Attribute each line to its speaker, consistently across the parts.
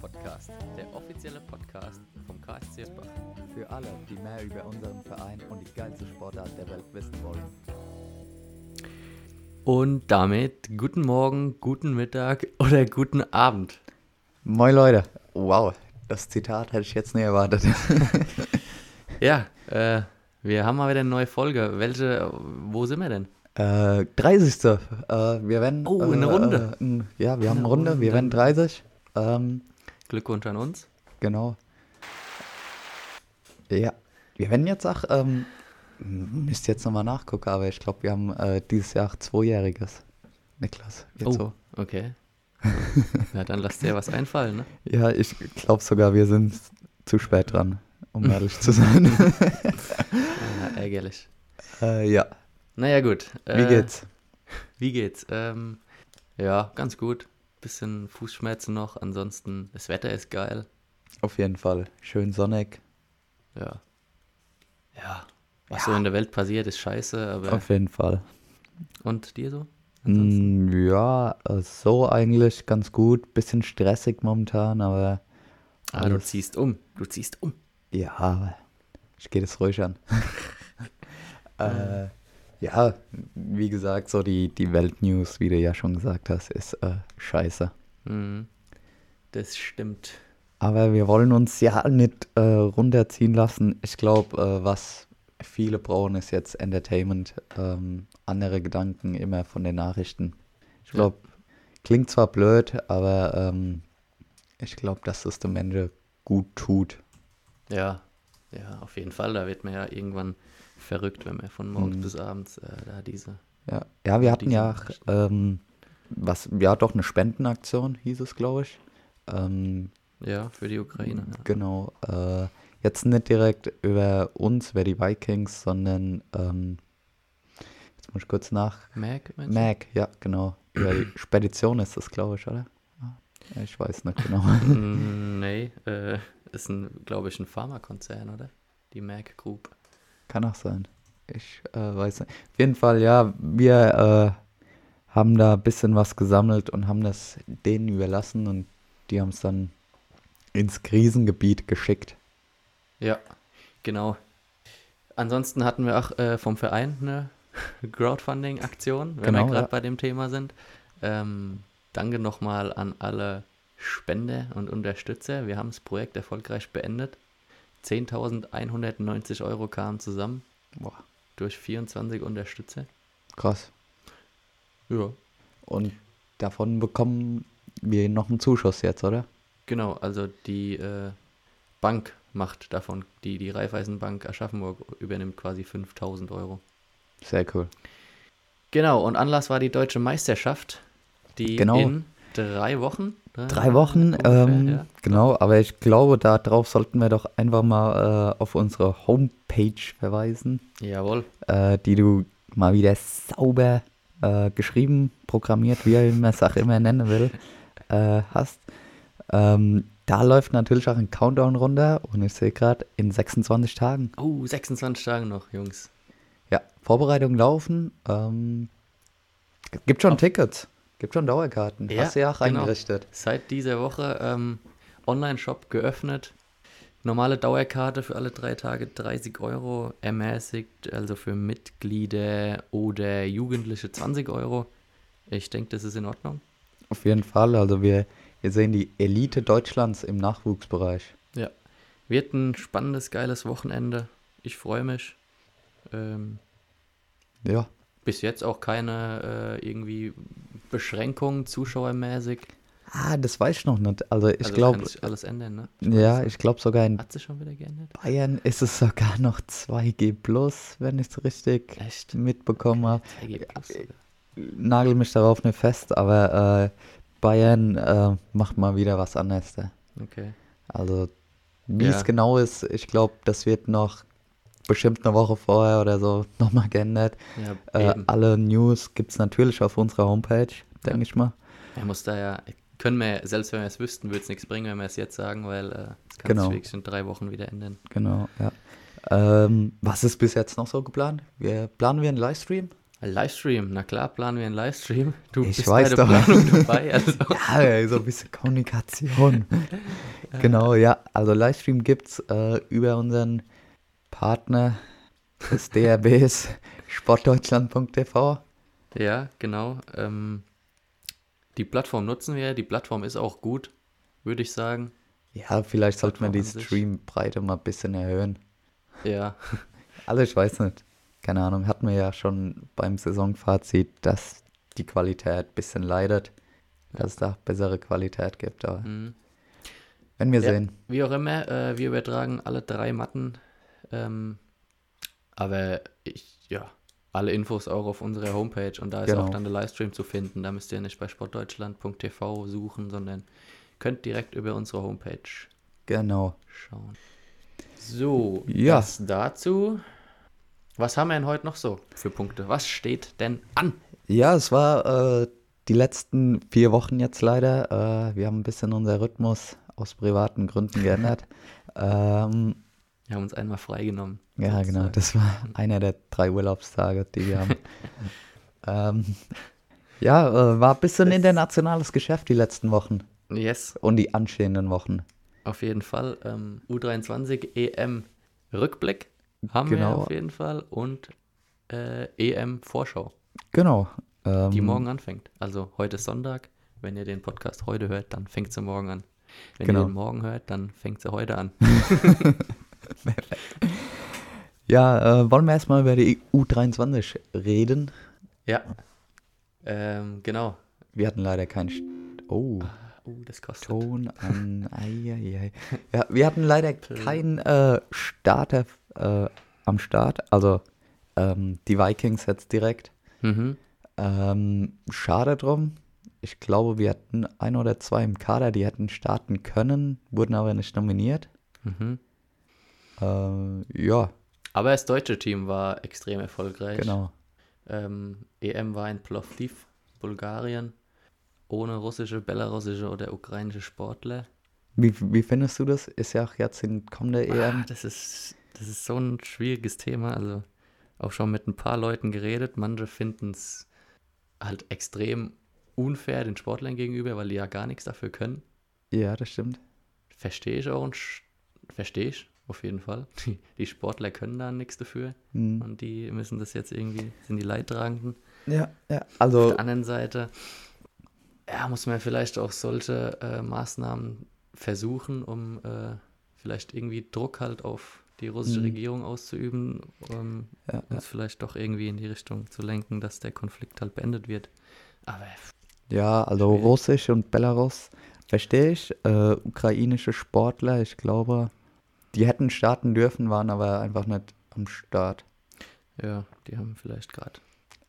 Speaker 1: Podcast, der offizielle Podcast vom KSC Esbach.
Speaker 2: Für alle, die mehr über unseren Verein und die geilste Sportart der Welt wissen wollen.
Speaker 1: Und damit guten Morgen, guten Mittag oder guten Abend.
Speaker 2: Moin Leute. Wow, das Zitat hätte ich jetzt nicht erwartet.
Speaker 1: Ja, äh, wir haben mal wieder eine neue Folge. Welche, wo sind wir denn?
Speaker 2: äh, 30. Äh, wir werden.
Speaker 1: Oh,
Speaker 2: äh,
Speaker 1: eine Runde.
Speaker 2: Äh, n- ja, wir haben
Speaker 1: Eine
Speaker 2: eine Runde. Wir werden 30. Ähm,
Speaker 1: Glückwunsch an uns.
Speaker 2: genau. Ja, wir werden jetzt auch. Ähm, müsst jetzt nochmal nachgucken, aber ich glaube, wir haben äh, dieses Jahr auch Zweijähriges. Niklas, jetzt so.
Speaker 1: Oh, okay. Na, dann lass dir was einfallen, ne?
Speaker 2: Ja, ich glaube sogar, wir sind zu spät dran, um ehrlich zu sein.
Speaker 1: Ah, ärgerlich.
Speaker 2: äh, ja,
Speaker 1: Naja, gut.
Speaker 2: wie
Speaker 1: äh,
Speaker 2: geht's?
Speaker 1: Wie geht's? Ähm, ja, ganz gut. Bisschen Fußschmerzen noch. Ansonsten, das Wetter ist geil.
Speaker 2: Auf jeden Fall. Schön sonnig.
Speaker 1: Ja. Ja. Was so in der Welt passiert, ist scheiße, aber.
Speaker 2: Auf jeden Fall.
Speaker 1: Und dir so? Ansonsten?
Speaker 2: Mm, ja, äh, so eigentlich ganz gut. Bisschen stressig momentan, aber
Speaker 1: Ah, du
Speaker 2: alles-
Speaker 1: ziehst um. Du ziehst um.
Speaker 2: ja, ich gehe das ruhig an. äh, ja, wie gesagt, so die, die Weltnews, wie du ja schon gesagt hast, ist äh, scheiße.
Speaker 1: Mhm. Das stimmt.
Speaker 2: Aber wir wollen uns ja nicht äh, runterziehen lassen. Ich glaube, äh, was viele brauchen, ist jetzt Entertainment, ähm, andere Gedanken immer von den Nachrichten. Ich
Speaker 1: Ja.
Speaker 2: glaube, klingt zwar blöd, aber ähm, ich glaube, dass es dem Ende gut tut.
Speaker 1: Ja. Ja, auf jeden Fall. Da wird man ja irgendwann verrückt, wenn man von morgens bis abends äh, da diese.
Speaker 2: Ja, ja wir hatten
Speaker 1: Diese
Speaker 2: ja auch,
Speaker 1: Nachrichten.
Speaker 2: ähm, was, ja doch eine Spendenaktion hieß es, glaube ich. Ähm,
Speaker 1: Ja, für die Ukraine. Ja.
Speaker 2: Genau. Äh, jetzt nicht direkt über uns, über die Vikings, sondern ähm, jetzt muss ich kurz nach.
Speaker 1: Mac, meinst du?
Speaker 2: Mac, ja, genau. Über die Spedition ist das, glaube ich, oder? Ah, Ich weiß nicht genau.
Speaker 1: Mm, nee, äh, ist ein, glaube ich, ein Pharmakonzern, oder? Die Merck Group.
Speaker 2: Kann auch sein. Ich äh, weiß nicht. Auf jeden Fall, ja, wir äh, haben da ein bisschen was gesammelt und haben das denen überlassen und die haben es dann ins Krisengebiet geschickt.
Speaker 1: Ja, genau. Ansonsten hatten wir auch äh, vom Verein eine Crowdfunding-Aktion, wenn
Speaker 2: Genau,
Speaker 1: wir gerade
Speaker 2: ja.
Speaker 1: bei dem Thema sind. Ähm, danke nochmal an alle Spender und Unterstützer. Wir haben das Projekt erfolgreich beendet. 10.190 Euro kamen zusammen
Speaker 2: Boah,
Speaker 1: durch 24 Unterstützer.
Speaker 2: krass.
Speaker 1: Ja.
Speaker 2: Und davon bekommen wir noch einen Zuschuss jetzt, oder?
Speaker 1: Genau, also die äh, Bank macht davon, die, die Raiffeisenbank Aschaffenburg übernimmt quasi 5000 Euro.
Speaker 2: Sehr cool.
Speaker 1: Genau, und Anlass war die deutsche Meisterschaft, die
Speaker 2: Genau.
Speaker 1: in drei Wochen. ne?
Speaker 2: Drei Wochen, ähm,
Speaker 1: ja.
Speaker 2: genau, aber ich glaube, darauf sollten wir doch einfach mal äh, auf unsere Homepage verweisen,
Speaker 1: Jawohl,
Speaker 2: äh, die du mal wieder sauber äh, geschrieben, programmiert, wie man es auch immer nennen will, äh, hast. Ähm, da läuft natürlich auch ein Countdown runter und ich sehe gerade in 26 Tagen.
Speaker 1: oh, 26 Tage noch, Jungs.
Speaker 2: Ja, Vorbereitungen laufen. Ähm, gibt schon Tickets, gibt schon Dauerkarten.
Speaker 1: Ja,
Speaker 2: hast du ja auch
Speaker 1: genau.
Speaker 2: eingerichtet.
Speaker 1: Seit dieser Woche ähm, Online-Shop geöffnet. Normale Dauerkarte für alle drei Tage 30 Euro, ermäßigt, also für Mitglieder oder Jugendliche 20 Euro. Ich denke, das ist in Ordnung.
Speaker 2: Auf jeden Fall. Also wir, wir sehen die Elite Deutschlands im Nachwuchsbereich.
Speaker 1: Ja. Wird ein spannendes, geiles Wochenende. Ich freue mich. Ähm,
Speaker 2: Ja.
Speaker 1: bis jetzt auch keine äh, irgendwie Beschränkungen zuschauermäßig.
Speaker 2: Ah, das weiß ich noch nicht. Also ich
Speaker 1: Also
Speaker 2: glaube,
Speaker 1: kann sich alles ändern, ne?
Speaker 2: ja, ich glaube sogar in
Speaker 1: Hat sich schon wieder geändert?
Speaker 2: Bayern ist es sogar noch 2G plus, wenn ich es richtig
Speaker 1: Echt?
Speaker 2: mitbekommen habe.
Speaker 1: 2G plus sogar.
Speaker 2: Nagel mich darauf nicht fest, aber äh, Bayern äh, macht mal wieder was anderes. Da.
Speaker 1: Okay.
Speaker 2: Also wie
Speaker 1: Ja.
Speaker 2: es genau ist, ich glaube, das wird noch bestimmt eine Woche vorher oder so nochmal geändert.
Speaker 1: Ja,
Speaker 2: Äh,
Speaker 1: eben.
Speaker 2: alle News gibt es natürlich auf unserer Homepage, denke ich mal.
Speaker 1: Er muss da ja, können wir, selbst wenn wir es wüssten, würde es nichts bringen, wenn wir es jetzt sagen, weil äh, es kann
Speaker 2: Genau.
Speaker 1: sich wirklich in drei Wochen wieder ändern.
Speaker 2: Genau, ja. Ähm, was ist bis jetzt noch so geplant? Wir, planen wir einen Livestream?
Speaker 1: Livestream, na klar, planen wir einen Livestream. Du
Speaker 2: Ich
Speaker 1: bist
Speaker 2: weiß
Speaker 1: bei der
Speaker 2: doch.
Speaker 1: Planung dabei. Also,
Speaker 2: Ja, so ein bisschen Kommunikation. genau, ja. Also Livestream gibt's äh, über unseren Partner des DRBs sportdeutschland.tv.
Speaker 1: ja, genau. Ähm, die Plattform nutzen wir, die Plattform ist auch gut, würde ich sagen.
Speaker 2: Ja, vielleicht sollte man die
Speaker 1: Plattform an sich.
Speaker 2: Streambreite mal ein bisschen erhöhen.
Speaker 1: Ja,
Speaker 2: Also ich weiß nicht. Keine Ahnung, hatten wir ja schon beim Saisonfazit, dass die Qualität ein bisschen leidet. Dass es da bessere Qualität gibt. Aber
Speaker 1: Mhm.
Speaker 2: wenn wir
Speaker 1: Ja,
Speaker 2: sehen.
Speaker 1: Wie auch immer, äh, wir übertragen alle drei Matten. Ähm, aber ich, ja, alle Infos auch auf unserer Homepage und da ist
Speaker 2: Genau.
Speaker 1: auch dann der Livestream zu finden. Da müsst ihr nicht bei sportdeutschland.tv suchen, sondern könnt direkt über unsere Homepage
Speaker 2: Genau.
Speaker 1: schauen. So,
Speaker 2: Ja.
Speaker 1: das dazu. Was haben wir denn heute noch so für Punkte? Was steht denn an?
Speaker 2: Ja, es war äh, die letzten vier Wochen jetzt leider. Äh, wir haben ein bisschen unseren Rhythmus aus privaten Gründen geändert. ähm,
Speaker 1: Wir haben uns einmal freigenommen.
Speaker 2: ja, genau. Das war einer der drei Urlaubstage, die wir haben. ähm, ja, äh, war ein bisschen internationales Geschäft die letzten Wochen
Speaker 1: Yes,
Speaker 2: und die anstehenden Wochen.
Speaker 1: auf jeden Fall. Ähm, U23 EM Rückblick haben
Speaker 2: Genau.
Speaker 1: wir auf jeden Fall und äh, EM Vorschau,
Speaker 2: Genau. Ähm,
Speaker 1: die morgen anfängt. Also heute ist Sonntag. Wenn ihr den Podcast heute hört, dann fängt sie morgen an. Wenn
Speaker 2: Genau.
Speaker 1: ihr den morgen hört, dann fängt sie heute an.
Speaker 2: Ja, äh, wollen wir erstmal über die U23 reden?
Speaker 1: ja. Ähm, genau.
Speaker 2: Wir hatten leider keinen. St oh.
Speaker 1: Oh, das kostet.
Speaker 2: Ton an. Eieiei. Ja, wir hatten leider keinen äh, Starter äh, am Start. Also ähm, die Vikings jetzt direkt.
Speaker 1: Mhm.
Speaker 2: Ähm, schade drum. Ich glaube, wir hatten ein oder zwei im Kader, die hätten starten können, wurden aber nicht nominiert.
Speaker 1: Mhm.
Speaker 2: Ähm, ja,
Speaker 1: Aber das deutsche Team war extrem erfolgreich.
Speaker 2: genau.
Speaker 1: Ähm, EM war in Plovdiv, Bulgarien, ohne russische, belarussische oder ukrainische Sportler.
Speaker 2: Wie, wie findest du das? Ist ja auch jetzt in kommender E
Speaker 1: Ah,
Speaker 2: EM.
Speaker 1: das, ist, das ist so ein schwieriges Thema. Also auch schon mit ein paar Leuten geredet. Manche finden es halt extrem unfair den Sportlern gegenüber, weil die ja gar nichts dafür können.
Speaker 2: Ja, das stimmt.
Speaker 1: Verstehe ich auch und sch- verstehe ich auf jeden Fall. Die, die Sportler können da nichts dafür
Speaker 2: Hm.
Speaker 1: und die müssen das jetzt irgendwie, sind die Leidtragenden.
Speaker 2: Ja, ja.
Speaker 1: Auf
Speaker 2: Also,
Speaker 1: der anderen Seite ja, muss man vielleicht auch solche äh, Maßnahmen versuchen, um äh, vielleicht irgendwie Druck halt auf die russische
Speaker 2: Mhm.
Speaker 1: Regierung auszuüben, um
Speaker 2: Ja,
Speaker 1: uns vielleicht doch irgendwie in die Richtung zu lenken, dass der Konflikt halt beendet wird. Aber
Speaker 2: Ja, also
Speaker 1: Schwierig.
Speaker 2: Russisch und Belarus verstehe ich. Äh, ukrainische Sportler, ich glaube, die hätten starten dürfen, waren aber einfach nicht am Start.
Speaker 1: ja, die haben vielleicht gerade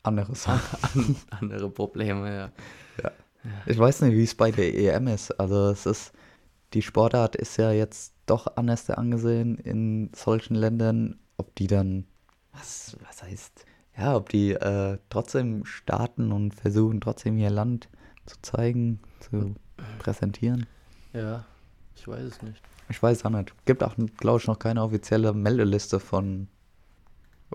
Speaker 2: Anderes.
Speaker 1: an, andere Probleme. Ja.
Speaker 2: Ich weiß nicht, wie es bei der EM ist. Also es ist, die Sportart ist ja jetzt doch anders angesehen in solchen Ländern, ob die dann, was, was heißt, ja, ob die äh, trotzdem starten und versuchen trotzdem ihr Land zu zeigen, zu präsentieren.
Speaker 1: ja, ich weiß es nicht.
Speaker 2: Ich weiß auch nicht. Gibt auch, glaube ich, noch keine offizielle Meldeliste von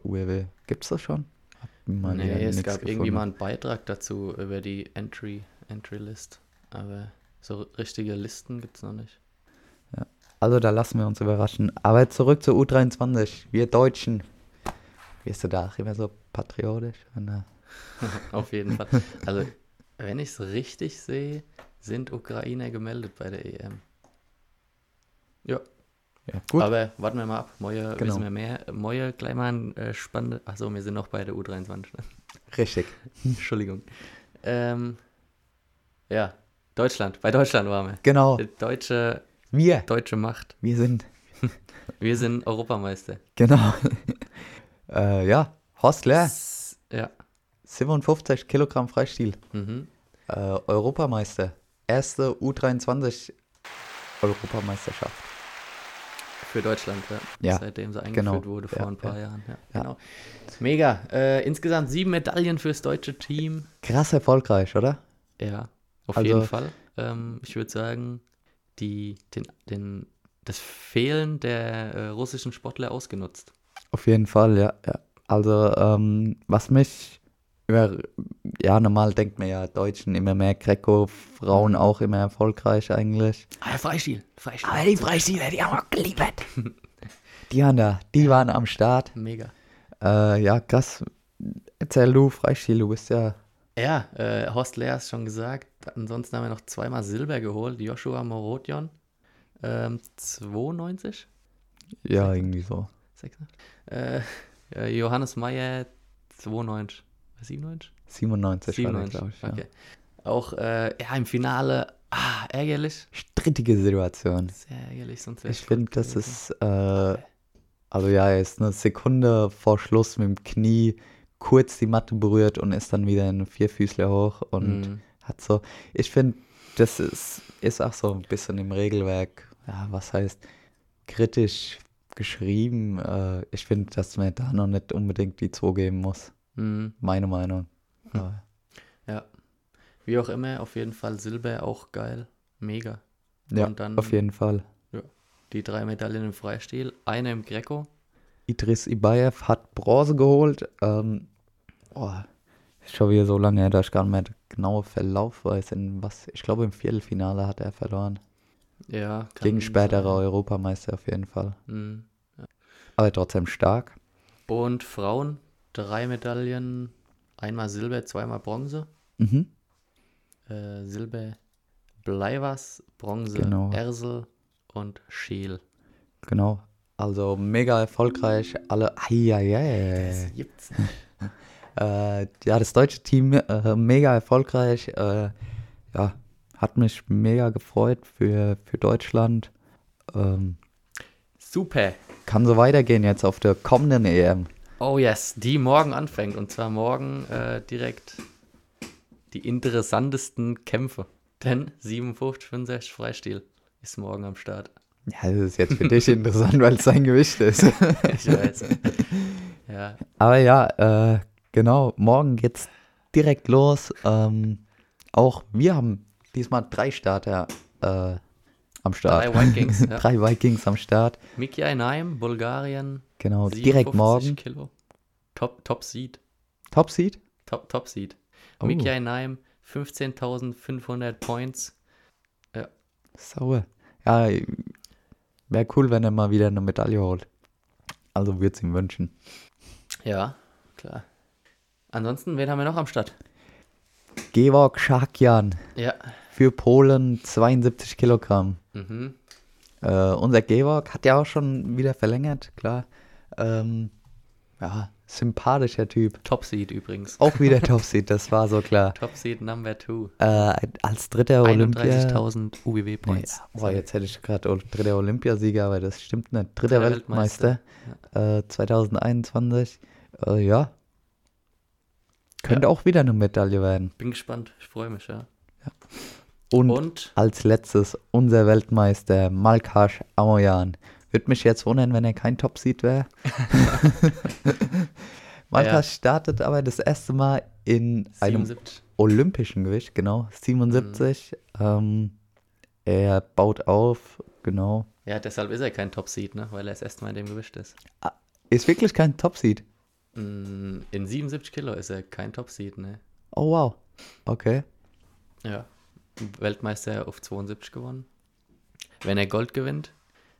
Speaker 2: URW. Gibt's das schon? Hab mal wieder
Speaker 1: Nee, es
Speaker 2: nix
Speaker 1: gab irgendwie
Speaker 2: gefunden.
Speaker 1: mal einen Beitrag dazu über die Entry, Entry List. Aber so richtige Listen gibt es noch nicht.
Speaker 2: Also da lassen wir uns überraschen. Aber zurück zur U23. Wir Deutschen. Wirst du da auch immer so patriotisch? Und, äh,
Speaker 1: Auf jeden Fall. Also, wenn ich es richtig sehe, sind Ukrainer gemeldet bei der EM. Ja,
Speaker 2: ja, gut.
Speaker 1: aber warten wir mal ab. Moje
Speaker 2: Genau.
Speaker 1: wissen wir mehr. Moje, gleich mal ein äh, spannende. Achso, wir sind noch bei der U23. ne?
Speaker 2: Richtig.
Speaker 1: Entschuldigung. Ähm, ja, Deutschland. Bei Deutschland waren
Speaker 2: Genau.
Speaker 1: wir. Deutsche,
Speaker 2: Wir.
Speaker 1: deutsche Macht.
Speaker 2: Wir sind.
Speaker 1: Wir sind Europameister.
Speaker 2: Genau. äh, ja. Hostler.
Speaker 1: Ja.
Speaker 2: 57 Kilogramm Freistil.
Speaker 1: Mhm.
Speaker 2: Äh, Europameister. Erste U23 Europameisterschaft.
Speaker 1: Für Deutschland, ja.
Speaker 2: Ja,
Speaker 1: Seitdem sie
Speaker 2: genau.
Speaker 1: eingeführt wurde vor
Speaker 2: Ja,
Speaker 1: ein paar
Speaker 2: ja.
Speaker 1: Jahren. Ja,
Speaker 2: Ja.
Speaker 1: Genau. Mega. Äh, insgesamt sieben Medaillen fürs deutsche Team.
Speaker 2: Krass erfolgreich, oder?
Speaker 1: Ja, auf
Speaker 2: Also-
Speaker 1: jeden Fall. Ähm, ich würde sagen, die, den, den, das Fehlen der äh, russischen Sportler ausgenutzt.
Speaker 2: Auf jeden Fall, ja. ja. Also, ähm, was mich immer, ja, normal denkt man ja, Deutschen immer mehr Greco, Frauen auch immer erfolgreich eigentlich.
Speaker 1: Ah, Freistil, Freistil.
Speaker 2: Aber die Freisieler, die haben auch geliefert. Die haben da, die waren am Start.
Speaker 1: Mega.
Speaker 2: Äh, ja, krass. Erzähl du, Freistil, du bist ja
Speaker 1: Ja, äh, Horst Lehr ist schon gesagt. Ansonsten haben wir noch zweimal Silber geholt. Joshua Morodion, ähm, 92,
Speaker 2: Ja, irgendwie so.
Speaker 1: 96. Äh, äh, Johannes Meyer, 92, 97?
Speaker 2: 97, war das,
Speaker 1: 97,
Speaker 2: glaube ich. Ja.
Speaker 1: okay. Auch, äh, ja, im Finale, ah, ärgerlich.
Speaker 2: Strittige Situation.
Speaker 1: Sehr ärgerlich, sonst wäre
Speaker 2: Ich finde, das ist, äh, also ja, er ist eine Sekunde vor Schluss mit dem Knie kurz die Matte berührt und ist dann wieder in Vierfüßler hoch und
Speaker 1: Mhm.
Speaker 2: hat so, ich finde, das ist, ist auch so ein bisschen im Regelwerk, ja, was heißt, kritisch geschrieben. Äh, ich finde, dass man da noch nicht unbedingt die 2 geben muss.
Speaker 1: Mhm.
Speaker 2: Meine Meinung.
Speaker 1: Hm.
Speaker 2: Aber
Speaker 1: Ja. Wie auch immer, auf jeden Fall Silber auch geil. Mega.
Speaker 2: Ja,
Speaker 1: Und dann-
Speaker 2: auf jeden Fall.
Speaker 1: Die drei Medaillen im Freistil, eine im Greco.
Speaker 2: Idris Ibaev hat Bronze geholt. Ähm, oh, ist schon wieder so lange her, dass ich gar nicht mehr den genauen Verlauf weiß. In was, ich glaube, im Viertelfinale hat er verloren.
Speaker 1: Ja, kann
Speaker 2: Gegen spätere
Speaker 1: sein.
Speaker 2: Europameister auf jeden Fall.
Speaker 1: Mhm.
Speaker 2: Aber trotzdem stark.
Speaker 1: Und Frauen, drei Medaillen, einmal Silber, zweimal Bronze.
Speaker 2: Mhm.
Speaker 1: Äh, Silber Bleiwas, Bronze
Speaker 2: Genau. Äh.
Speaker 1: Ersel und Scheel.
Speaker 2: Genau. Also mega erfolgreich. Alle. Eieiei.
Speaker 1: Das gibt's nicht.
Speaker 2: Äh, ja, das deutsche Team äh, mega erfolgreich. Äh, ja, hat mich mega gefreut für, für Deutschland. Ähm,
Speaker 1: Super.
Speaker 2: kann so weitergehen jetzt auf der kommenden E EM.
Speaker 1: Oh yes, die morgen anfängt. Und zwar morgen äh, direkt die interessantesten Kämpfe. Denn 57, 65 Freistil ist morgen am Start.
Speaker 2: Ja, das ist jetzt für dich interessant, weil es sein Gewicht ist.
Speaker 1: Ich weiß. ja,
Speaker 2: Aber ja, äh, genau, morgen geht's direkt los. Ähm, auch wir haben diesmal drei Starter äh, am Start.
Speaker 1: drei Vikings. Ja.
Speaker 2: Drei Vikings am Start.
Speaker 1: Miki Einheim, Bulgarien.
Speaker 2: Genau, direkt
Speaker 1: 57
Speaker 2: morgen.
Speaker 1: Kilo. Top, top Seed.
Speaker 2: Top Seed?
Speaker 1: Top, top Seed.
Speaker 2: Oh.
Speaker 1: Miki Einheim, 15.500 Points.
Speaker 2: Sauer. Ja, wäre cool, wenn er mal wieder eine Medaille holt. Also würde es ihm wünschen.
Speaker 1: Ja, klar. Ansonsten, wen haben wir noch am Start?
Speaker 2: Georg Schakian
Speaker 1: Ja.
Speaker 2: für Polen 72 Kilogramm.
Speaker 1: Mhm.
Speaker 2: Äh, unser Georg hat ja auch schon wieder verlängert, klar. Ähm, ja, sympathischer Typ.
Speaker 1: Top Seed übrigens.
Speaker 2: Auch wieder Topseed, das war so klar.
Speaker 1: Top Seed Number 2.
Speaker 2: Äh, als dritter Olympia.
Speaker 1: 31.000
Speaker 2: Nee,
Speaker 1: UBW-Points.
Speaker 2: oh, jetzt hätte ich gerade Ol- dritter Olympiasieger, aber das stimmt nicht. Dritter,
Speaker 1: Dritter
Speaker 2: Weltmeister, Äh, 2021. Äh, ja. Könnte auch wieder eine Medaille werden.
Speaker 1: Bin gespannt, ich freue mich, ja.
Speaker 2: Und,
Speaker 1: Und
Speaker 2: als letztes unser Weltmeister Malkash Amoyan. Würde mich jetzt wundern, wenn er kein Top-Seed wäre. Malkash startet aber das erste Mal in einem
Speaker 1: 77.
Speaker 2: olympischen Gewicht, genau, 77. Ähm, er baut auf, genau.
Speaker 1: Ja, deshalb ist er kein Top Seed, ne? Weil er es erstmal in dem Gewicht ist.
Speaker 2: Ist wirklich kein Top-Seed.
Speaker 1: Mm, In 77 Kilo ist er kein Top Seed, ne?
Speaker 2: Oh, wow. Okay.
Speaker 1: Ja. Weltmeister auf 72 gewonnen. Wenn er Gold gewinnt.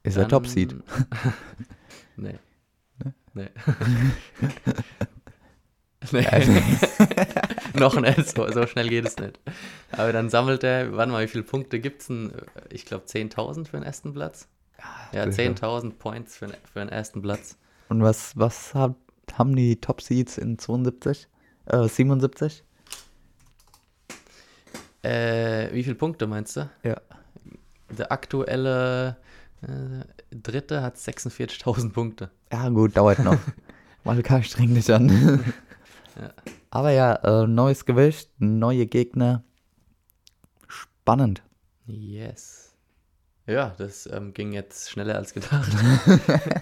Speaker 2: Ist er
Speaker 1: dann-
Speaker 2: Top-Seed?
Speaker 1: nee. Nee.
Speaker 2: Also-
Speaker 1: nee. Noch nicht, so, so schnell geht es nicht. Aber dann sammelt er, warte mal, wie viele Punkte gibt es denn? Ich glaube 10.000 für den ersten Platz. Ja,
Speaker 2: sicher.
Speaker 1: 10.000 Points für, den- für den ersten Platz.
Speaker 2: Und was, was hab, haben die Top-Seeds in 72? Äh, 77?
Speaker 1: Äh, wie viele Punkte meinst du?
Speaker 2: Ja.
Speaker 1: Der aktuelle äh, Dritte hat 46.000 Punkte.
Speaker 2: Ja, gut, dauert noch. Malka, streng dich an.
Speaker 1: Ja.
Speaker 2: Aber ja, äh, neues Gewicht, neue Gegner. Spannend.
Speaker 1: Yes. Ja, das ähm, ging jetzt schneller als gedacht.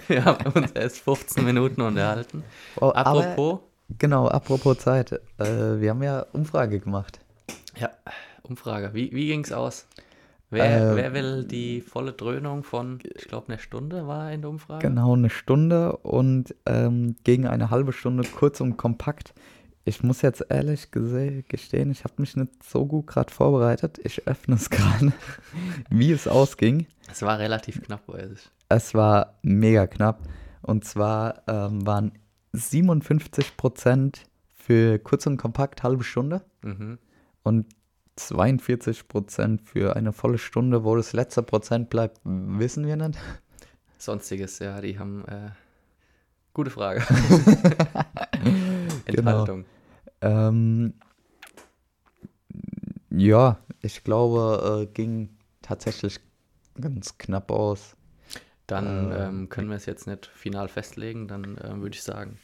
Speaker 1: Wir haben uns erst 15 Minuten unterhalten.
Speaker 2: Oh, Aber,
Speaker 1: Apropos,
Speaker 2: genau, apropos Zeit. Äh, wir haben ja Umfrage gemacht.
Speaker 1: ja, Umfrage. Wie, wie ging's aus? Wer,
Speaker 2: Ähm,
Speaker 1: wer will die volle Dröhnung von, ich glaube, einer Stunde war in der Umfrage?
Speaker 2: Genau, eine Stunde und ähm, gegen eine halbe Stunde kurz und kompakt. Ich muss jetzt ehrlich gese- gestehen, ich habe mich nicht so gut gerade vorbereitet. Ich öffne es gerade, wie es ausging.
Speaker 1: Es war relativ knapp, weiß ich.
Speaker 2: Es war mega knapp. Und zwar ähm, waren 57% für kurz und kompakt halbe Stunde
Speaker 1: Mhm.
Speaker 2: und 42% für eine volle Stunde. Wo das letzte Prozent bleibt, wissen wir nicht.
Speaker 1: Sonstiges, ja, die haben. Äh, gute Frage. Enthaltung.
Speaker 2: Ähm, ja, ich glaube, äh, ging tatsächlich ganz knapp aus.
Speaker 1: Dann
Speaker 2: Ähm,
Speaker 1: ähm, können wir es jetzt nicht final festlegen. Dann ähm, würde ich sagen,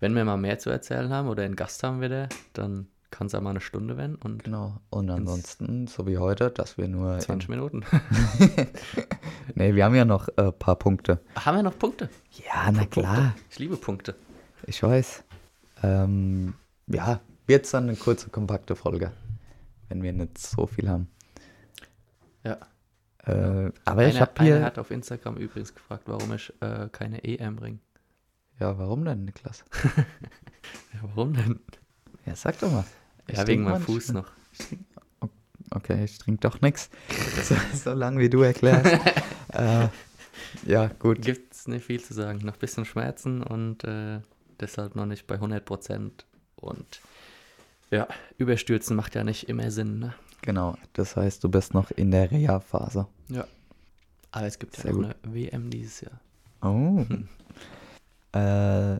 Speaker 1: wenn wir mal mehr zu erzählen haben oder einen Gast haben wir da, dann kann es ja mal eine Stunde werden und
Speaker 2: Genau. Und ansonsten, so wie heute, dass wir nur.
Speaker 1: 20 Minuten.
Speaker 2: Nee, wir haben ja noch ein äh, paar Punkte.
Speaker 1: haben wir noch Punkte?
Speaker 2: Ja, na klar.
Speaker 1: Ich liebe Punkte.
Speaker 2: Ich weiß. Ähm, ja, wird's dann eine kurze, kompakte Folge. Wenn wir nicht so viel haben.
Speaker 1: Ja.
Speaker 2: Äh, aber ich
Speaker 1: Einer,
Speaker 2: habe
Speaker 1: einer
Speaker 2: hier.
Speaker 1: hat auf Instagram übrigens gefragt, warum ich äh, keine EM bringe.
Speaker 2: Ja, warum denn, Niklas?
Speaker 1: Ja, warum denn?
Speaker 2: Ja, sag doch mal. Ich
Speaker 1: Ja,
Speaker 2: trink
Speaker 1: wegen
Speaker 2: mal
Speaker 1: meinem
Speaker 2: einen
Speaker 1: Fuß noch.
Speaker 2: Okay, ich trinke doch nichts. So, so lange wie du erklärst. äh, ja, gut.
Speaker 1: Gibt es nicht viel zu sagen. Noch ein bisschen Schmerzen und äh, deshalb noch nicht bei 100 Prozent. Und ja, überstürzen macht ja nicht immer Sinn. Ne?
Speaker 2: Genau. Das heißt, du bist noch in der Reha-Phase.
Speaker 1: Ja. Aber es gibt ja
Speaker 2: Sehr
Speaker 1: noch eine WM dieses Jahr.
Speaker 2: Oh.
Speaker 1: Hm.
Speaker 2: Äh,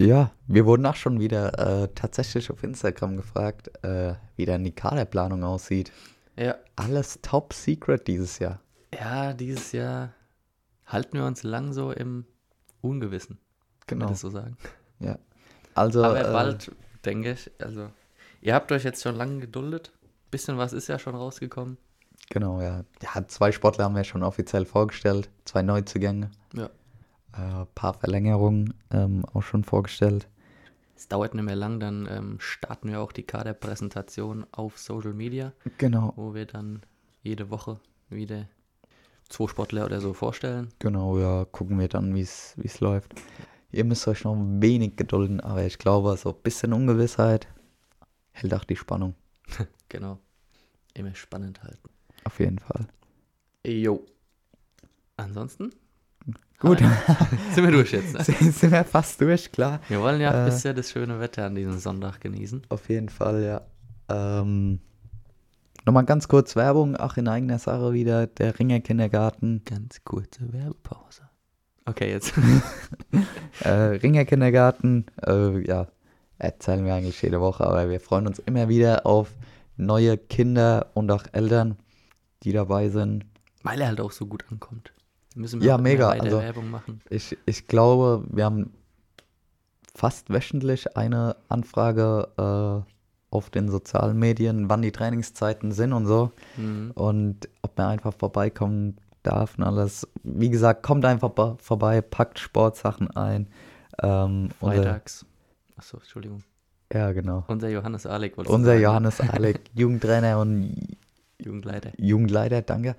Speaker 2: ja, wir wurden auch schon wieder äh, tatsächlich auf Instagram gefragt, äh, wie dann die Kaderplanung aussieht.
Speaker 1: Ja.
Speaker 2: Alles top secret dieses Jahr.
Speaker 1: ja, dieses Jahr halten wir uns lang so im Ungewissen, kann man
Speaker 2: Genau.
Speaker 1: das so sagen.
Speaker 2: Ja. Also,
Speaker 1: Aber
Speaker 2: äh,
Speaker 1: bald, denke ich, also ihr habt euch jetzt schon lange geduldet. Bisschen was ist ja schon rausgekommen.
Speaker 2: genau, ja. ja. Zwei Sportler haben wir schon offiziell vorgestellt, zwei Neuzugänge,
Speaker 1: Ja.
Speaker 2: äh, paar Verlängerungen ähm, auch schon vorgestellt.
Speaker 1: Es dauert nicht mehr lang, dann ähm, starten wir auch die Kaderpräsentation auf Social Media,
Speaker 2: Genau,
Speaker 1: wo wir dann jede Woche wieder zwei Sportler oder so vorstellen.
Speaker 2: genau, ja. Gucken wir dann, wie es läuft. Ihr müsst euch noch ein wenig gedulden, aber ich glaube, so ein bisschen Ungewissheit hält auch die Spannung.
Speaker 1: Genau. Immer spannend halt. halten.
Speaker 2: Auf jeden Fall.
Speaker 1: Jo. Ansonsten
Speaker 2: Gut,
Speaker 1: sind wir durch jetzt. Ne?
Speaker 2: sind wir fast durch, klar.
Speaker 1: Wir wollen ja
Speaker 2: Äh.
Speaker 1: bisher das schöne Wetter an diesem Sonntag genießen.
Speaker 2: Auf jeden Fall, ja. Ähm, Nochmal ganz kurz Werbung, auch in eigener Sache wieder, der Ringer Kindergarten.
Speaker 1: Ganz kurze Werbepause. Okay, jetzt.
Speaker 2: Äh, Ringer Kindergarten, äh, ja, erzählen wir eigentlich jede Woche, aber wir freuen uns immer wieder auf neue Kinder und auch Eltern, die dabei sind.
Speaker 1: Weil er halt auch so gut ankommt. Wir müssen wir
Speaker 2: Ja,
Speaker 1: auch
Speaker 2: mega,
Speaker 1: Immer weiter
Speaker 2: also-
Speaker 1: Werbung machen.
Speaker 2: Ich, ich glaube, wir haben fast wöchentlich eine Anfrage äh, auf den sozialen Medien, wann die Trainingszeiten sind und so.
Speaker 1: Mhm.
Speaker 2: und ob man einfach vorbeikommen darf und alles. Wie gesagt, kommt einfach bo- vorbei, packt Sportsachen ein. Ähm, unser,
Speaker 1: Freitags. Achso, Entschuldigung.
Speaker 2: ja, genau.
Speaker 1: Unser Johannes Alek wollte ich
Speaker 2: Unser
Speaker 1: sagen.
Speaker 2: Johannes Alec, Jugendtrainer und
Speaker 1: Jugendleiter.
Speaker 2: Jugendleiter, danke.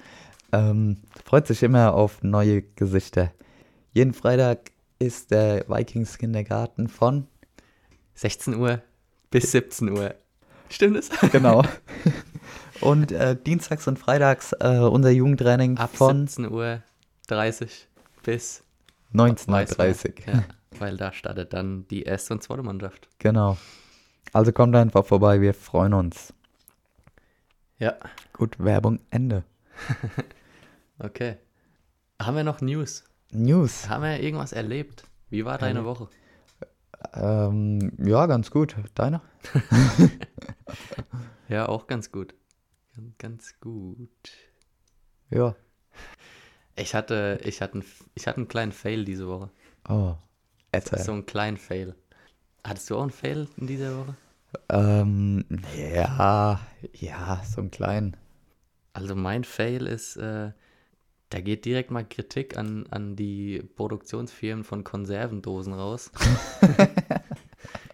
Speaker 2: Ähm, freut sich immer auf neue Gesichter. Jeden Freitag ist der Vikings Kindergarten von
Speaker 1: 16 Uhr bis 17 Uhr. Stimmt es?
Speaker 2: genau. Und äh, dienstags und freitags äh, unser Jugendtraining
Speaker 1: Ab
Speaker 2: von
Speaker 1: 17 Uhr 30 bis
Speaker 2: 19.30 Uhr.
Speaker 1: Ja, weil da startet dann die erste und zweite Mannschaft.
Speaker 2: Genau. Also kommt einfach vorbei, wir freuen uns.
Speaker 1: Ja.
Speaker 2: Gut, Werbung Ende.
Speaker 1: Okay. Haben wir noch News?
Speaker 2: News.
Speaker 1: Haben wir irgendwas erlebt? Wie war deine Woche?
Speaker 2: Ähm, ja, ganz gut. Deiner?
Speaker 1: Ja, auch ganz gut. Ganz- Ganz gut.
Speaker 2: Ja.
Speaker 1: Ich hatte, ich hatte, einen- ich hatte einen kleinen Fail diese Woche.
Speaker 2: Oh. Erzähl.
Speaker 1: So einen kleinen Fail. Hattest du auch einen Fail in dieser Woche?
Speaker 2: Ähm, ja, ja, so ein kleinen.
Speaker 1: Also mein Fail ist, äh, da geht direkt mal Kritik an, an die Produktionsfirmen von Konservendosen raus.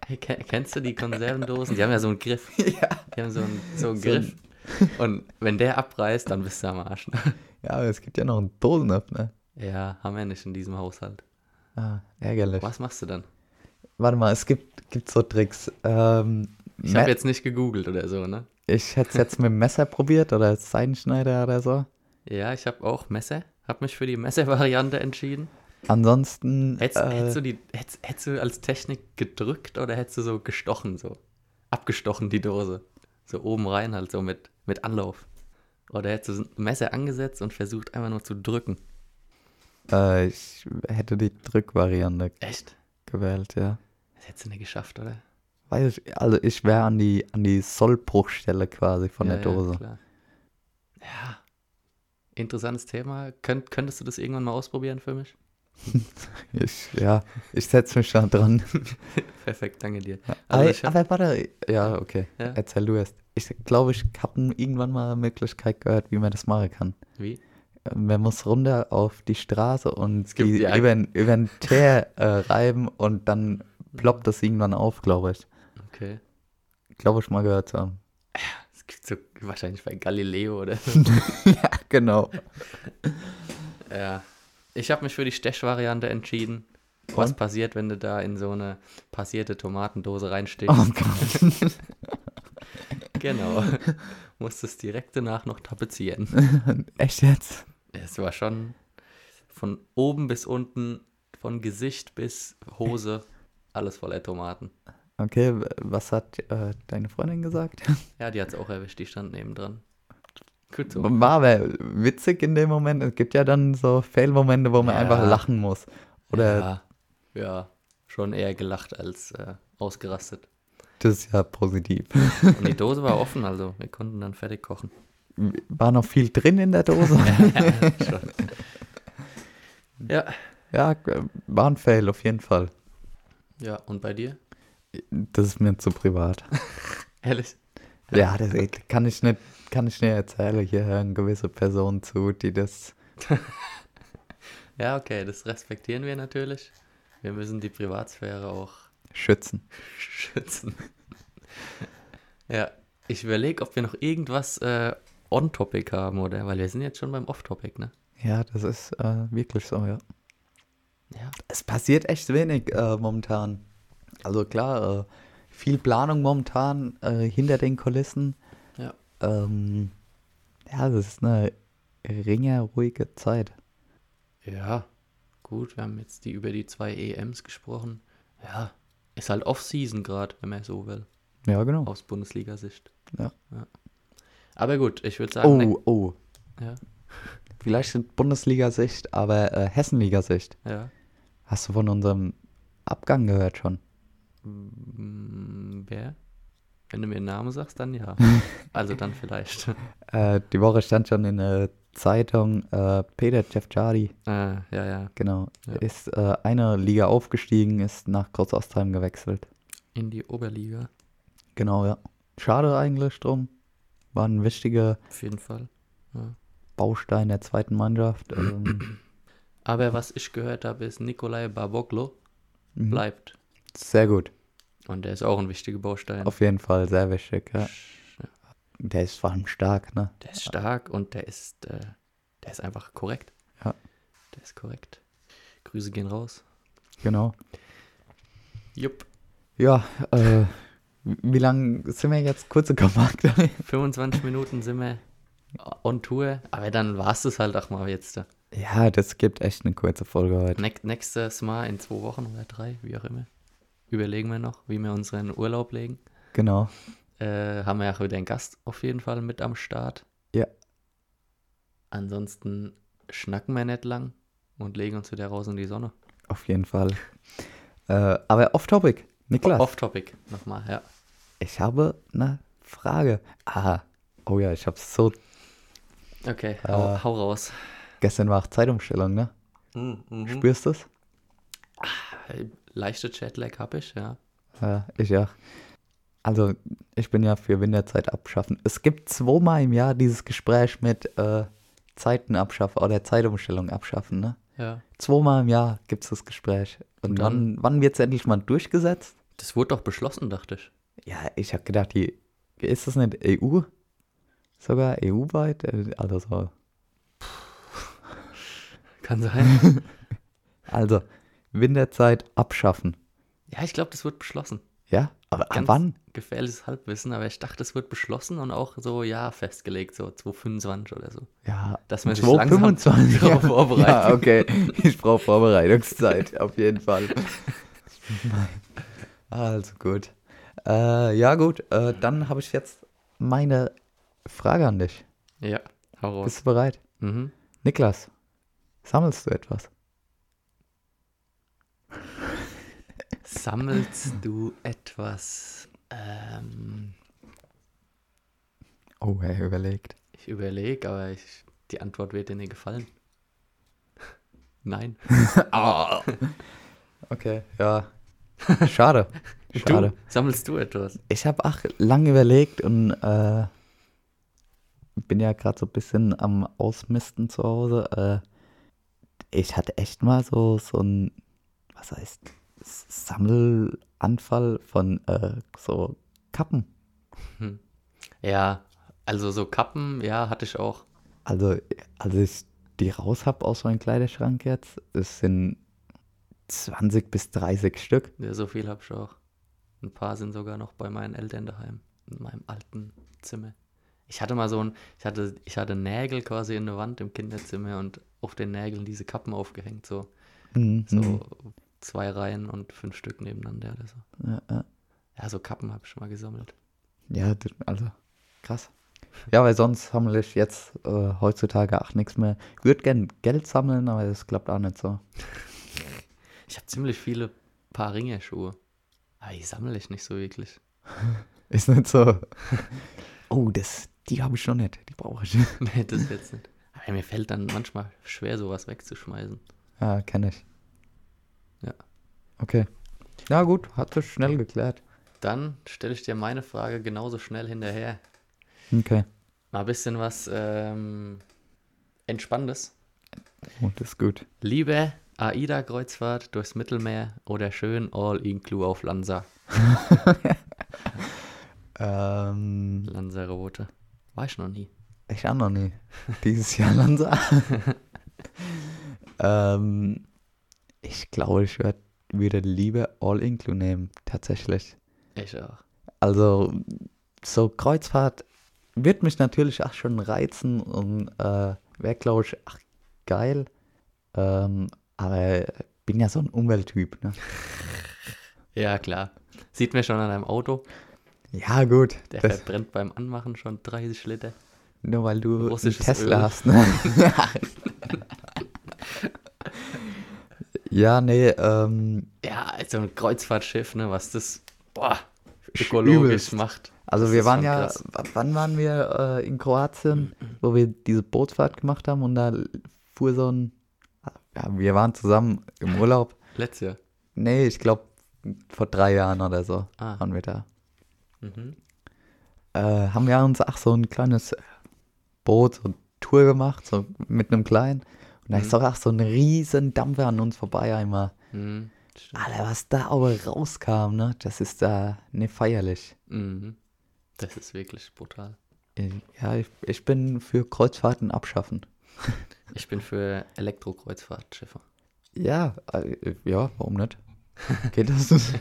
Speaker 1: Hey, ke- Kennst du die Konservendosen? Die haben ja so einen Griff. Die haben so einen, so einen
Speaker 2: So ein-
Speaker 1: Griff. Und wenn der abreißt, dann bist du am Arsch.
Speaker 2: Ja, aber es gibt ja noch einen Dosenöffner.
Speaker 1: Ja, haben wir nicht in diesem Haushalt.
Speaker 2: Ah, ärgerlich.
Speaker 1: Was machst du dann?
Speaker 2: Warte mal, es gibt Gibt so Tricks. Ähm,
Speaker 1: Ich
Speaker 2: Me-
Speaker 1: habe jetzt nicht gegoogelt oder so, ne?
Speaker 2: ich hätte es jetzt mit dem Messer probiert oder Seidenschneider oder so.
Speaker 1: Ja, ich habe auch Messer. Habe mich für die Messervariante entschieden.
Speaker 2: Ansonsten.
Speaker 1: Hättest,
Speaker 2: äh,
Speaker 1: hättest, du die, hättest, hättest du als Technik gedrückt oder hättest du so gestochen, so abgestochen die Dose? So oben rein halt, so mit, mit Anlauf. Oder hättest du ein Messer angesetzt und versucht einfach nur zu drücken?
Speaker 2: äh, ich hätte die Drückvariante
Speaker 1: Echt?
Speaker 2: gewählt, ja.
Speaker 1: Das hättest du nicht geschafft, oder?
Speaker 2: Weiß ich, also ich wäre an die, an die Sollbruchstelle quasi von
Speaker 1: Ja,
Speaker 2: der Dose.
Speaker 1: Ja, klar. ja. interessantes Thema. Könnt, könntest du das irgendwann mal ausprobieren für mich?
Speaker 2: Ich, ja, ich setze mich da dran.
Speaker 1: Perfekt, danke dir.
Speaker 2: aber,
Speaker 1: Also ich hab,
Speaker 2: aber warte, ja, okay.
Speaker 1: Ja.
Speaker 2: Erzähl du erst. Ich glaube, ich habe irgendwann mal eine Möglichkeit gehört, wie man das machen kann.
Speaker 1: wie?
Speaker 2: Man muss runter auf die Straße und
Speaker 1: gibt
Speaker 2: die
Speaker 1: die Ak-
Speaker 2: über, den- über den Teer äh, reiben und dann ploppt das irgendwann auf, glaube ich.
Speaker 1: Okay.
Speaker 2: Glaube ich mal gehört zu haben.
Speaker 1: Es gibt so wahrscheinlich bei Galileo oder
Speaker 2: ja, genau.
Speaker 1: Ja. Äh, Ich habe mich für die Stech-Variante entschieden. Was passiert, wenn du da in so eine passierte Tomatendose reinstichst?
Speaker 2: Oh Gott.
Speaker 1: Genau. Musstest direkt danach noch tapezieren.
Speaker 2: Echt jetzt?
Speaker 1: Es war schon von oben bis unten, von Gesicht bis Hose, alles voller Tomaten.
Speaker 2: Okay, w- was hat äh, deine Freundin gesagt?
Speaker 1: Ja, die hat es auch erwischt, die stand nebendran. Gut so.
Speaker 2: War aber witzig in dem Moment. Es gibt ja dann so Fail-Momente, wo man
Speaker 1: Ja.
Speaker 2: einfach lachen muss. Oder
Speaker 1: ja, ja, schon eher gelacht als äh, ausgerastet.
Speaker 2: das ist ja positiv.
Speaker 1: Und die Dose war offen, also wir konnten dann fertig kochen.
Speaker 2: War noch viel drin in der Dose.
Speaker 1: Ja.
Speaker 2: ja, war ein Fail auf jeden Fall.
Speaker 1: Ja, und bei dir?
Speaker 2: Das ist mir zu privat.
Speaker 1: Ehrlich?
Speaker 2: Ja, das kann ich nicht, kann ich nicht erzählen. Hier hören gewisse Personen zu, die das.
Speaker 1: Ja, okay, das respektieren wir natürlich. Wir müssen die Privatsphäre auch
Speaker 2: Schützen.
Speaker 1: schützen. ja, ich überlege, ob wir noch irgendwas äh, on-topic haben, oder? Weil wir sind jetzt schon beim off-topic, ne?
Speaker 2: Ja, das ist äh, wirklich so, ja.
Speaker 1: Ja.
Speaker 2: Es passiert echt wenig äh, momentan. Also klar, äh, viel Planung momentan äh, hinter den Kulissen.
Speaker 1: Ja.
Speaker 2: Ähm, ja, das ist eine ringerruhige Zeit.
Speaker 1: Ja, gut, wir haben jetzt die über die zwei EMs gesprochen. Ja, ist halt Off-Season gerade, wenn man so will,
Speaker 2: Ja, genau.
Speaker 1: aus Bundesliga-Sicht.
Speaker 2: Ja.
Speaker 1: Aber gut, ich würde sagen, ne-
Speaker 2: Oh, oh.
Speaker 1: ja,
Speaker 2: Vielleicht sind Bundesliga-Sicht, aber äh, Hessenliga-Sicht.
Speaker 1: ja.
Speaker 2: Hast du von unserem Abgang gehört schon?
Speaker 1: Mm, Wer? Wenn du mir den Namen sagst, dann ja. Also dann vielleicht.
Speaker 2: Äh, die Woche stand schon in der Zeitung, äh, Peter Cefciari,
Speaker 1: Äh, ja, ja.
Speaker 2: genau,
Speaker 1: Ja.
Speaker 2: ist äh, eine Liga aufgestiegen, ist nach Großostheim gewechselt.
Speaker 1: In die Oberliga.
Speaker 2: Genau, ja. Schade eigentlich drum. War ein wichtiger
Speaker 1: Auf jeden Fall.
Speaker 2: Baustein der zweiten Mannschaft. Ähm,
Speaker 1: Aber was ich gehört habe, ist, Nikolai Baboglo
Speaker 2: Mhm.
Speaker 1: bleibt.
Speaker 2: sehr gut.
Speaker 1: Und der ist auch ein wichtiger Baustein.
Speaker 2: Auf jeden Fall sehr wichtig, ja. Der ist vor allem stark, ne?
Speaker 1: Der ist stark und der ist, äh, der ist einfach korrekt.
Speaker 2: Ja.
Speaker 1: Der ist korrekt. Grüße gehen raus.
Speaker 2: Genau.
Speaker 1: Jupp.
Speaker 2: Ja, äh, wie lange sind wir jetzt? Kurze Kompakt.
Speaker 1: 25 Minuten sind wir on Tour. Aber dann war es das halt auch mal jetzt.
Speaker 2: ja, das gibt echt eine kurze Folge heute.
Speaker 1: Next, nächstes Mal in zwei Wochen oder drei, wie auch immer. Überlegen wir noch, wie wir unseren Urlaub legen.
Speaker 2: Genau.
Speaker 1: Äh, haben wir ja auch wieder einen Gast auf jeden Fall mit am Start.
Speaker 2: Ja.
Speaker 1: Ansonsten schnacken wir nicht lang und legen uns wieder raus in die Sonne.
Speaker 2: Auf jeden Fall. Äh, aber off-topic. Niklas,
Speaker 1: Off-Topic nochmal, ja.
Speaker 2: ich habe eine Frage. Ah, oh ja, ich habe so.
Speaker 1: Okay, hau,
Speaker 2: Äh.
Speaker 1: hau raus.
Speaker 2: Gestern war auch Zeitumstellung, ne? Spürst du es?
Speaker 1: Leichte Jetlag habe ich, ja.
Speaker 2: Ja, ich ja. Also, ich bin ja für Winterzeit abschaffen. Es gibt zweimal im Jahr dieses Gespräch mit äh, Zeiten abschaffen oder Zeitumstellung abschaffen, ne?
Speaker 1: Ja.
Speaker 2: Zweimal im Jahr gibt es das Gespräch. Und
Speaker 1: dann-
Speaker 2: wann, wann wird es endlich mal durchgesetzt?
Speaker 1: Das wurde doch beschlossen, dachte ich.
Speaker 2: Ja, ich habe gedacht, die, ist das nicht EU? Sogar EU-weit? Äh, Also, so.
Speaker 1: Kann sein.
Speaker 2: also Winterzeit abschaffen.
Speaker 1: ja, ich glaube, das wird beschlossen.
Speaker 2: Ja, aber ab
Speaker 1: Ganz
Speaker 2: wann?
Speaker 1: gefährliches Halbwissen, aber ich dachte, es wird beschlossen und auch so, ja, festgelegt, so 2025 oder so.
Speaker 2: Ja,
Speaker 1: Dass man sich langsam
Speaker 2: 225.
Speaker 1: darauf
Speaker 2: Ja,
Speaker 1: vorbereitet.
Speaker 2: okay. Ich brauche Vorbereitungszeit, auf jeden Fall. Also gut. Äh, ja, gut. Äh, dann habe ich jetzt meine Frage an dich.
Speaker 1: Ja, hau raus.
Speaker 2: Bist du bereit?
Speaker 1: Mhm.
Speaker 2: Niklas, sammelst du etwas?
Speaker 1: Sammelst du etwas? Ähm,
Speaker 2: Oh, er überlegt.
Speaker 1: ich überlege, aber ich, die Antwort wird dir nicht gefallen. Nein.
Speaker 2: Ah. Okay, ja. Schade. Schade.
Speaker 1: Du, sammelst du etwas?
Speaker 2: Ich habe auch lange überlegt und äh, bin ja gerade so ein bisschen am Ausmisten zu Hause. Äh, ich hatte echt mal so, so ein, was heißt, S- Sammelanfall von äh, so Kappen.
Speaker 1: Ja, also so Kappen, ja, hatte ich auch.
Speaker 2: Also, als ich die raus habe aus meinem Kleiderschrank jetzt, es sind 20 bis 30 Stück.
Speaker 1: Ja, so viel habe ich auch. Ein paar sind sogar noch bei meinen Eltern daheim, in meinem alten Zimmer. Ich hatte mal so ein, ich hatte, ich hatte Nägel quasi in der Wand im Kinderzimmer und auf den Nägeln diese Kappen aufgehängt, so,
Speaker 2: Mhm.
Speaker 1: so zwei Reihen und fünf Stück nebeneinander oder so.
Speaker 2: Ja, ja.
Speaker 1: Ja, so Kappen habe ich schon mal gesammelt.
Speaker 2: Ja, d- also krass. Ja, weil sonst sammle ich jetzt äh, heutzutage auch nichts mehr. Ich würde gern Geld sammeln, aber das klappt auch nicht so.
Speaker 1: Ich habe ziemlich viele Paar Ringerschuhe. Aber die sammle ich nicht so wirklich.
Speaker 2: Ist nicht so. oh, das, die habe ich noch nicht. Die brauche ich.
Speaker 1: nee, das jetzt nicht. Aber mir fällt dann manchmal schwer, sowas wegzuschmeißen.
Speaker 2: ja, kenne ich.
Speaker 1: Ja.
Speaker 2: Okay. Ja, gut, hat sich schnell geklärt.
Speaker 1: Dann stelle ich dir meine Frage genauso schnell hinterher.
Speaker 2: Okay.
Speaker 1: Mal ein bisschen was ähm, Entspannendes.
Speaker 2: Und Oh, ist gut.
Speaker 1: Liebe AIDA-Kreuzfahrt durchs Mittelmeer oder schön All-Inclu auf Lanza.
Speaker 2: Ähm,
Speaker 1: Lanzarote. War ich noch nie.
Speaker 2: ich auch noch nie. Dieses Jahr Lanza. ähm, ich glaube, ich würd, würde lieber All-Inclu nehmen, tatsächlich.
Speaker 1: Ich auch.
Speaker 2: Also, so Kreuzfahrt wird mich natürlich auch schon reizen und äh, wäre, glaube ich, ach, geil. Ähm, aber bin ja so ein Umwelttyp, ne?
Speaker 1: Ja, klar. Sieht mir schon an einem Auto.
Speaker 2: Ja, gut.
Speaker 1: Der
Speaker 2: Das,
Speaker 1: verbrennt beim Anmachen schon 30 Liter.
Speaker 2: nur weil du einen
Speaker 1: russisches
Speaker 2: Tesla
Speaker 1: Öl.
Speaker 2: hast, ne? ja, nee, ähm,
Speaker 1: Ja, als so ein Kreuzfahrtschiff, ne, was das boah, ökologisch
Speaker 2: Übelst.
Speaker 1: macht.
Speaker 2: also
Speaker 1: Das
Speaker 2: wir
Speaker 1: ist
Speaker 2: waren
Speaker 1: schon
Speaker 2: ja,
Speaker 1: krass. Mhm.
Speaker 2: w- wann waren wir äh, in Kroatien, wo wir diese Bootsfahrt gemacht haben und da fuhr so ein, ja, wir waren zusammen im Urlaub
Speaker 1: Letztes Jahr.
Speaker 2: Nee, ich glaube, vor drei Jahren oder so
Speaker 1: Ah.
Speaker 2: waren wir da.
Speaker 1: Mhm.
Speaker 2: Äh, haben wir uns auch so ein kleines Boot, so eine Tour gemacht, so mit einem kleinen. Und da ist doch auch so ein riesen Dampfer an uns vorbei einmal.
Speaker 1: Mhm. Stimmt.
Speaker 2: Alter, was da aber rauskam, ne? Das ist da, ne, feierlich.
Speaker 1: Mhm. Das ist wirklich brutal.
Speaker 2: Ich- Ja, ich, ich bin für Kreuzfahrten abschaffen.
Speaker 1: Ich bin für Elektrokreuzfahrtschiffe.
Speaker 2: Ja, äh, ja, warum nicht? Geht das? ich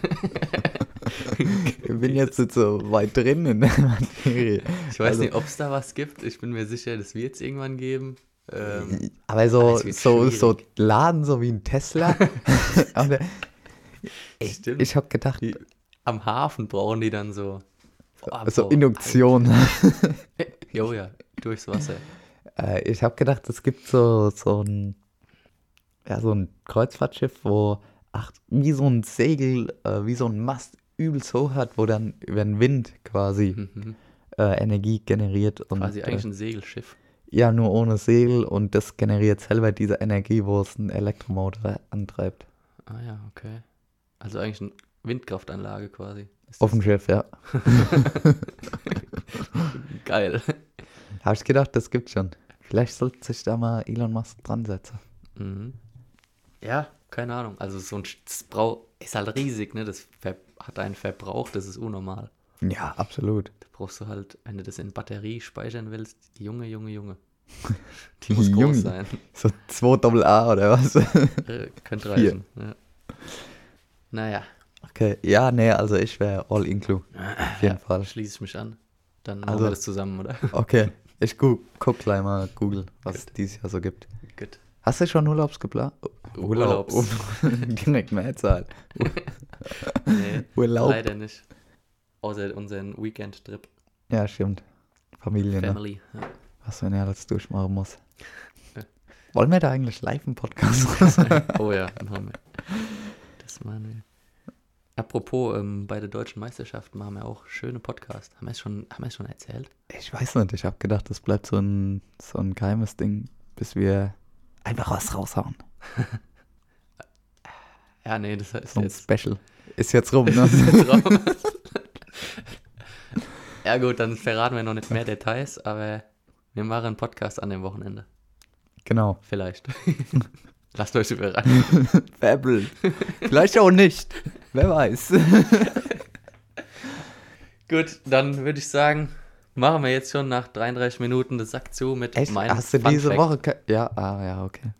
Speaker 2: bin jetzt nicht so weit drin in der Materie.
Speaker 1: Ich weiß
Speaker 2: Also-
Speaker 1: nicht, ob es da was gibt. Ich bin mir sicher, das wird es irgendwann geben. Ähm,
Speaker 2: Aber so,
Speaker 1: Aber es wird
Speaker 2: so, so
Speaker 1: schwierig.
Speaker 2: Laden, so wie ein Tesla. Aber
Speaker 1: stimmt.
Speaker 2: ich habe gedacht,
Speaker 1: Am Hafen brauchen die dann so. ah, Boah,
Speaker 2: so
Speaker 1: Bro,
Speaker 2: Induktion.
Speaker 1: Alter. Jo, ja, durchs Wasser.
Speaker 2: Äh, ich habe gedacht, es gibt so, so, ein, ja, so ein Kreuzfahrtschiff, wo ach, wie so ein Segel, äh, wie so ein Mast übelst hoch hat, wo dann über den Wind quasi
Speaker 1: Mhm.
Speaker 2: äh, Energie generiert. Und,
Speaker 1: Quasi eigentlich
Speaker 2: äh,
Speaker 1: ein Segelschiff.
Speaker 2: ja, nur ohne Segel und das generiert selber diese Energie, wo es einen Elektromotor antreibt.
Speaker 1: Ah ja, okay. Also eigentlich eine Windkraftanlage quasi. Ist
Speaker 2: Auf dem Schiff, ja.
Speaker 1: das geil.
Speaker 2: Habe ich gedacht, das gibt's schon. Vielleicht sollte sich da mal Elon Musk dran setzen.
Speaker 1: Mhm. Ja, keine Ahnung. Also so ein Sprau ist halt riesig, ne? Das ver- hat einen Verbrauch, das ist unnormal.
Speaker 2: Ja, absolut.
Speaker 1: Da brauchst du halt, wenn du das in Batterie speichern willst, Junge, Junge, Junge. Die
Speaker 2: Die
Speaker 1: muss
Speaker 2: Junge.
Speaker 1: groß sein.
Speaker 2: So 2 Doppel A oder was?
Speaker 1: Äh, Könnte reichen. Ja. Naja,
Speaker 2: Okay, ja, nee, also ich wäre all inclu. Auf jeden Fall.
Speaker 1: Schließe ich mich an. Dann machen
Speaker 2: Also-
Speaker 1: wir das zusammen, oder?
Speaker 2: Okay, ich gu guck gleich mal Google, was dieses Jahr so gibt.
Speaker 1: Gut.
Speaker 2: Hast du schon Oh, Urlaubsplan?
Speaker 1: Urlaubs.
Speaker 2: Direkt Mehrzahl.
Speaker 1: Nee,
Speaker 2: Urlaub.
Speaker 1: leider nicht. Außer unseren Weekend-Trip.
Speaker 2: Ja, stimmt. Familie, ne?
Speaker 1: Family. Ja.
Speaker 2: Was man ja alles durchmachen muss.
Speaker 1: Ja.
Speaker 2: Wollen wir da eigentlich live einen Podcast machen?
Speaker 1: Oh ja, machen wir. Das machen wir. Apropos, ähm, bei der deutschen Meisterschaft machen wir auch schöne Podcasts. Haben wir es schon, haben wir es schon erzählt?
Speaker 2: Ich weiß nicht, ich habe gedacht, das bleibt so ein, so ein geheimes Ding, bis wir einfach was raushauen.
Speaker 1: Ja, nee, das ist
Speaker 2: So ein
Speaker 1: jetzt
Speaker 2: Special. Ist jetzt rum, ne?
Speaker 1: drauf. ja gut, dann verraten wir noch nicht mehr Details, aber wir machen einen Podcast an dem Wochenende.
Speaker 2: genau.
Speaker 1: Vielleicht. Lasst euch überraschen.
Speaker 2: Fabel. Vielleicht auch nicht. Wer weiß.
Speaker 1: gut, dann würde ich sagen, machen wir jetzt schon nach 33 Minuten das Sack zu mit
Speaker 2: Echt?
Speaker 1: meinem
Speaker 2: Hast du
Speaker 1: Fun
Speaker 2: diese
Speaker 1: Fact.
Speaker 2: Woche. ke- Ja, ah, ja, okay.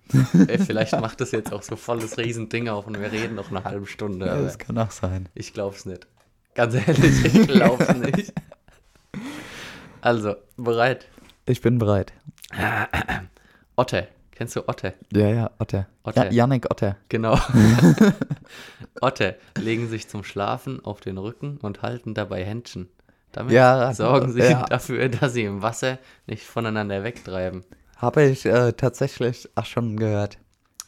Speaker 1: Ey, vielleicht macht das jetzt auch so voll das Riesending auf und wir reden noch eine halbe Stunde.
Speaker 2: Ja,
Speaker 1: aber-
Speaker 2: das kann auch sein.
Speaker 1: Ich glaub's nicht. Ganz ehrlich, ich glaub's nicht. Also, bereit.
Speaker 2: Ich bin bereit.
Speaker 1: Otte. Kennst du Otte?
Speaker 2: Ja, ja, Otter.
Speaker 1: Otter.
Speaker 2: Ja, Yannick Otter.
Speaker 1: Genau. Otte legen sich zum Schlafen auf den Rücken und halten dabei Händchen. Damit
Speaker 2: Ja, also,
Speaker 1: sorgen sie
Speaker 2: ja.
Speaker 1: dafür, dass sie im Wasser nicht voneinander wegtreiben.
Speaker 2: Habe ich äh, tatsächlich auch schon gehört.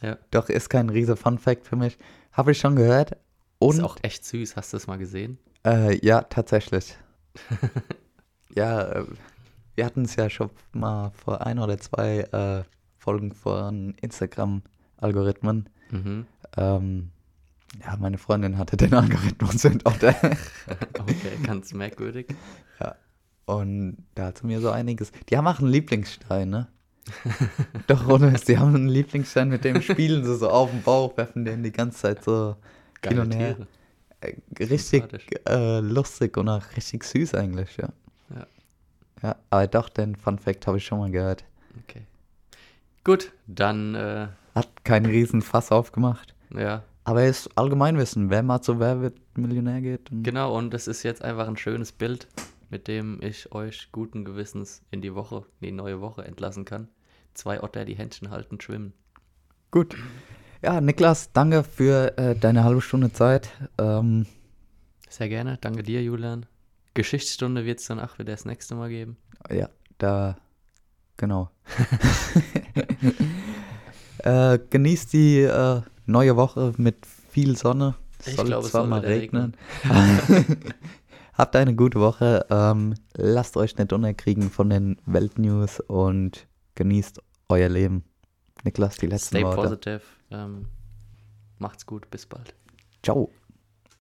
Speaker 1: Ja.
Speaker 2: Doch ist kein riese Fun Fact für mich. Habe ich schon gehört. Und
Speaker 1: Ist auch echt süß. Hast du das mal gesehen?
Speaker 2: äh, ja, tatsächlich. ja, äh, wir hatten es ja schon mal vor ein oder zwei äh, Folgen von Instagram-Algorithmen.
Speaker 1: Mhm.
Speaker 2: Ähm, ja, meine Freundin hatte den Algorithmus und auch der.
Speaker 1: Okay, ganz merkwürdig.
Speaker 2: Und da hat sie mir so einiges. Die haben auch einen Lieblingsstein, ne? Doch, ohne Witz, die haben einen Lieblingsstein, mit dem spielen sie so auf den Bauch, werfen den die ganze Zeit so hin
Speaker 1: Geile
Speaker 2: und her.
Speaker 1: Tiere.
Speaker 2: Äh, Richtig
Speaker 1: Sympathisch.
Speaker 2: äh, lustig und auch richtig süß eigentlich, ja.
Speaker 1: Ja.
Speaker 2: Ja, aber doch, den Fun Fact habe ich schon mal gehört.
Speaker 1: Okay. Gut, dann, äh,
Speaker 2: Hat keinen riesen Fass aufgemacht.
Speaker 1: ja,
Speaker 2: Aber ist Allgemeinwissen, wer mal zu Wer wird Millionär geht. Und
Speaker 1: Genau, und es ist jetzt einfach ein schönes Bild, mit dem ich euch guten Gewissens in die Woche, in die neue Woche entlassen kann. Zwei Otter, die Händchen halten, schwimmen.
Speaker 2: Gut. Ja, Niklas, danke für äh, deine halbe Stunde Zeit. Ähm,
Speaker 1: Sehr gerne, danke dir, Julian. Geschichtsstunde wird es dann auch wieder das nächste Mal geben.
Speaker 2: Ja, da, genau. äh, genießt die äh, neue Woche mit viel Sonne.
Speaker 1: Ich glaube, es soll wieder
Speaker 2: Habt eine gute Woche. Ähm, lasst euch nicht unterkriegen von den Weltnews und genießt euer Leben. Niklas, die letzten
Speaker 1: Stay
Speaker 2: Worte.
Speaker 1: positive. Ähm, macht's gut, bis bald.
Speaker 2: Ciao.